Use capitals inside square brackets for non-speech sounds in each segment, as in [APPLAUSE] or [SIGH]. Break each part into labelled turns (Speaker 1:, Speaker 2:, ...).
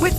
Speaker 1: With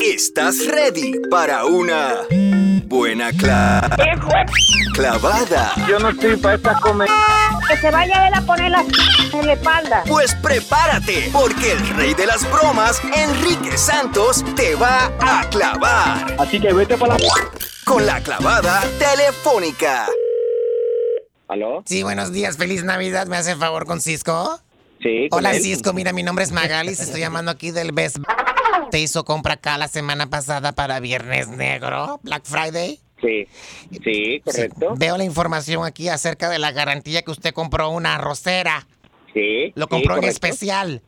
Speaker 2: ¿Estás ready para una buena cla-
Speaker 3: ¡Hijo de p-
Speaker 2: clavada?
Speaker 3: Yo no estoy para esta comer. Que se vaya él a poner la p- en la espalda.
Speaker 2: Pues prepárate, porque el rey de las bromas, Enrique Santos, te va a clavar
Speaker 3: Así que vete para la.
Speaker 2: con la clavada telefónica.
Speaker 3: ¿Aló?
Speaker 4: Sí, buenos días, feliz Navidad. ¿Me hace favor con Cisco?
Speaker 3: Sí. con
Speaker 4: Hola
Speaker 3: él.
Speaker 4: Cisco, mira, mi nombre es Magalis, estoy llamando aquí del Best. Buy. Te hizo compra acá la semana pasada para Viernes Negro, Black Friday.
Speaker 3: Sí. Sí,
Speaker 4: Sí,
Speaker 3: correcto.
Speaker 4: Veo la información aquí acerca de la garantía que usted compró una arrocera.
Speaker 3: Sí.
Speaker 4: Lo
Speaker 3: sí,
Speaker 4: compró en
Speaker 3: correcto.
Speaker 4: especial.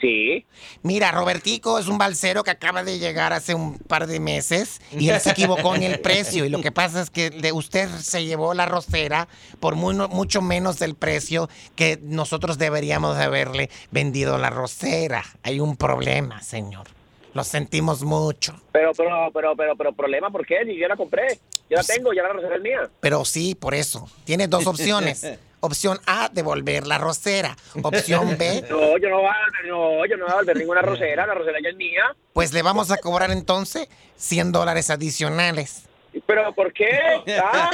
Speaker 3: Sí.
Speaker 4: Mira, Robertico es un balsero que acaba de llegar hace un par de meses y él se equivocó en el precio. Y lo que pasa es que de usted se llevó la rosera por muy no- mucho menos del precio que nosotros deberíamos de haberle vendido la rosera. Hay un problema, señor. Lo sentimos mucho.
Speaker 3: Pero, pero, pero, pero, pero, problema, ¿por qué? Ni yo la compré. Yo la tengo, ya la reservé es mía.
Speaker 4: Pero sí, por eso. Tiene dos opciones. Opción A, devolver la rosera. Opción B,
Speaker 3: No, yo no voy a, no, yo no voy a volver ninguna rosera. La rosera ya es mía.
Speaker 4: pues le vamos a cobrar entonces 100 dólares adicionales.
Speaker 3: ¿Pero por qué? ¿Ah?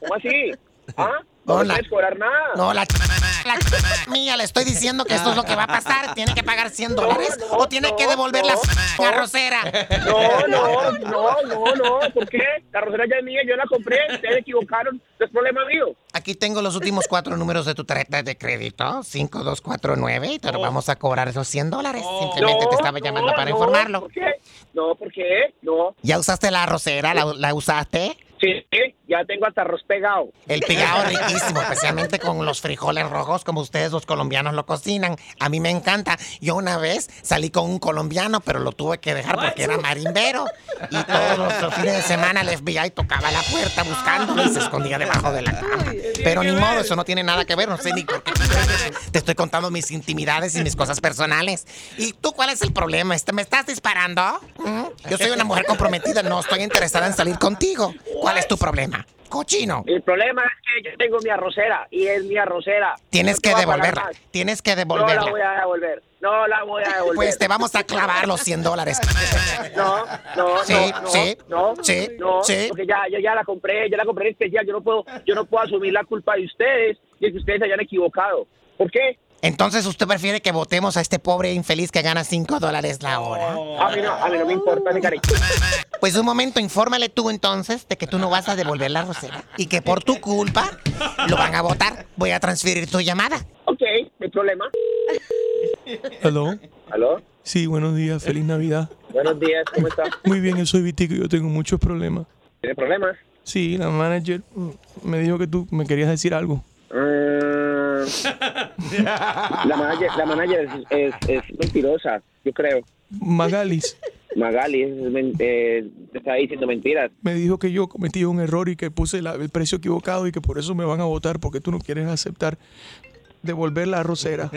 Speaker 3: ¿Cómo así? ¿Ah? No me
Speaker 4: Hola.
Speaker 3: puedes cobrar nada.
Speaker 4: No, la, ch- la ch- mía, le estoy diciendo que esto es lo que va a pasar. Tiene que pagar 100 dólares
Speaker 3: no,
Speaker 4: o tiene
Speaker 3: no,
Speaker 4: que devolver la,
Speaker 3: no,
Speaker 4: ch- la rosera.
Speaker 3: No, no, no, no, no. ¿Por qué? La rosera ya es mía, yo la compré. Ustedes se equivocaron. No es problema mío.
Speaker 4: Aquí tengo los últimos cuatro números de tu tarjeta de crédito, 5249, y te lo vamos a cobrar esos 100 dólares. Simplemente te estaba llamando
Speaker 3: no,
Speaker 4: para
Speaker 3: no,
Speaker 4: informarlo.
Speaker 3: ¿Por qué? No, ¿por qué? No.
Speaker 4: ¿Ya usaste la rosera? ¿La, la usaste?
Speaker 3: Sí, sí, ya tengo hasta arroz pegado.
Speaker 4: El pegado riquísimo, especialmente con los frijoles rojos como ustedes los colombianos lo cocinan. A mí me encanta. Yo una vez salí con un colombiano, pero lo tuve que dejar porque era marimbero. Y todos los, los fines de semana el FBI tocaba la puerta buscándolo y se escondía debajo de la cama. Pero ni modo, eso no tiene nada que ver. No sé ni por qué. Te estoy contando mis intimidades y mis cosas personales. ¿Y tú cuál es el problema? ¿Este- ¿Me estás disparando? ¿Mm? Yo soy una mujer comprometida, no estoy interesada en salir contigo. ¿Cuál es tu problema? Cochino.
Speaker 3: El problema es que yo tengo mi arrocera y es mi arrocera.
Speaker 4: Tienes
Speaker 3: No te
Speaker 4: que
Speaker 3: voy a pagar
Speaker 4: devolverla.
Speaker 3: más.
Speaker 4: Tienes que
Speaker 3: No la voy
Speaker 4: devolverla.
Speaker 3: a devolver. No la voy a devolver.
Speaker 4: Pues te vamos a clavar los 100 dólares.
Speaker 3: [LAUGHS] No, no,
Speaker 4: Sí,
Speaker 3: no, no,
Speaker 4: sí,
Speaker 3: no,
Speaker 4: sí,
Speaker 3: no,
Speaker 4: sí.
Speaker 3: porque ya, yo ya la compré, ya la compré en especial, yo no puedo, yo no puedo asumir la culpa de ustedes y de que ustedes se hayan equivocado. ¿Por qué?
Speaker 4: Entonces, ¿usted prefiere que votemos a este pobre infeliz que gana 5 dólares la hora?
Speaker 3: A mí no, a mí no me importa, mi cariño.
Speaker 4: Pues un momento, infórmale tú entonces de que tú no vas a devolver la rosera y que por tu culpa lo van a votar. Voy a transferir tu llamada.
Speaker 3: Ok, no hay problema.
Speaker 5: Aló.
Speaker 3: ¿Aló?
Speaker 5: Sí, buenos días, feliz Navidad.
Speaker 3: Buenos días, ¿cómo estás?
Speaker 5: Muy bien, yo soy Vitico y yo tengo muchos problemas.
Speaker 3: ¿Tiene problemas?
Speaker 5: Sí, la manager mm, me dijo que tú me querías decir algo.
Speaker 3: Mm. la manager, la manager es, es- es mentirosa, yo creo.
Speaker 5: Magalis
Speaker 3: Magali es men- eh, te está diciendo mentiras.
Speaker 5: me dijo que yo cometí un error y que puse la- el precio equivocado y que por eso me van a votar porque tú no quieres aceptar devolver la rosera.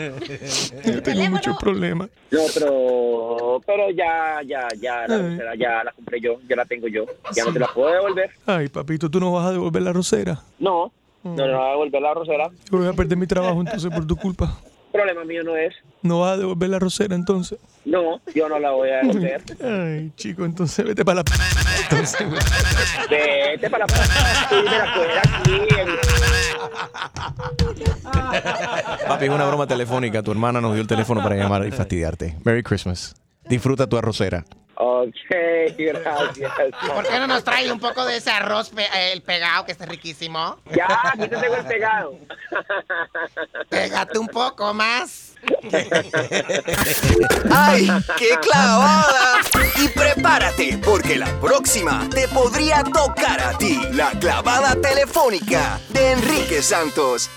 Speaker 5: Yo tengo muchos problemas.
Speaker 3: No, pero, pero ya, ya, ya, la,
Speaker 5: Ay.
Speaker 3: tercera ya la compré yo, ya la tengo yo, ya no te la puedo devolver.
Speaker 5: Ay, papito, tú no vas a devolver la rosera.
Speaker 3: No, no, no voy a devolver la rosera.
Speaker 5: Yo voy a perder mi trabajo entonces por tu culpa.
Speaker 3: Problema mío no es.
Speaker 5: No vas a devolver la rosera entonces.
Speaker 3: No, yo no la voy a devolver.
Speaker 5: Ay, chico, entonces vete para la... p- entonces, güey.
Speaker 3: Vete para tú me la puedes pues, aquí. en-
Speaker 6: Papi, es una broma telefónica. Tu hermana nos dio el teléfono para llamar y fastidiarte. Merry Christmas. Disfruta tu arrocera.
Speaker 3: Ok, gracias.
Speaker 4: ¿Por qué no nos trae un poco de ese arroz, pe- eh, el pegado, que está riquísimo?
Speaker 3: Ya, aquí te tengo el pegado.
Speaker 4: Pégate un poco más.
Speaker 2: ¡Ay, qué clavada! Y prepárate, porque la próxima te podría tocar a ti la clavada telefónica de Enrique Santos.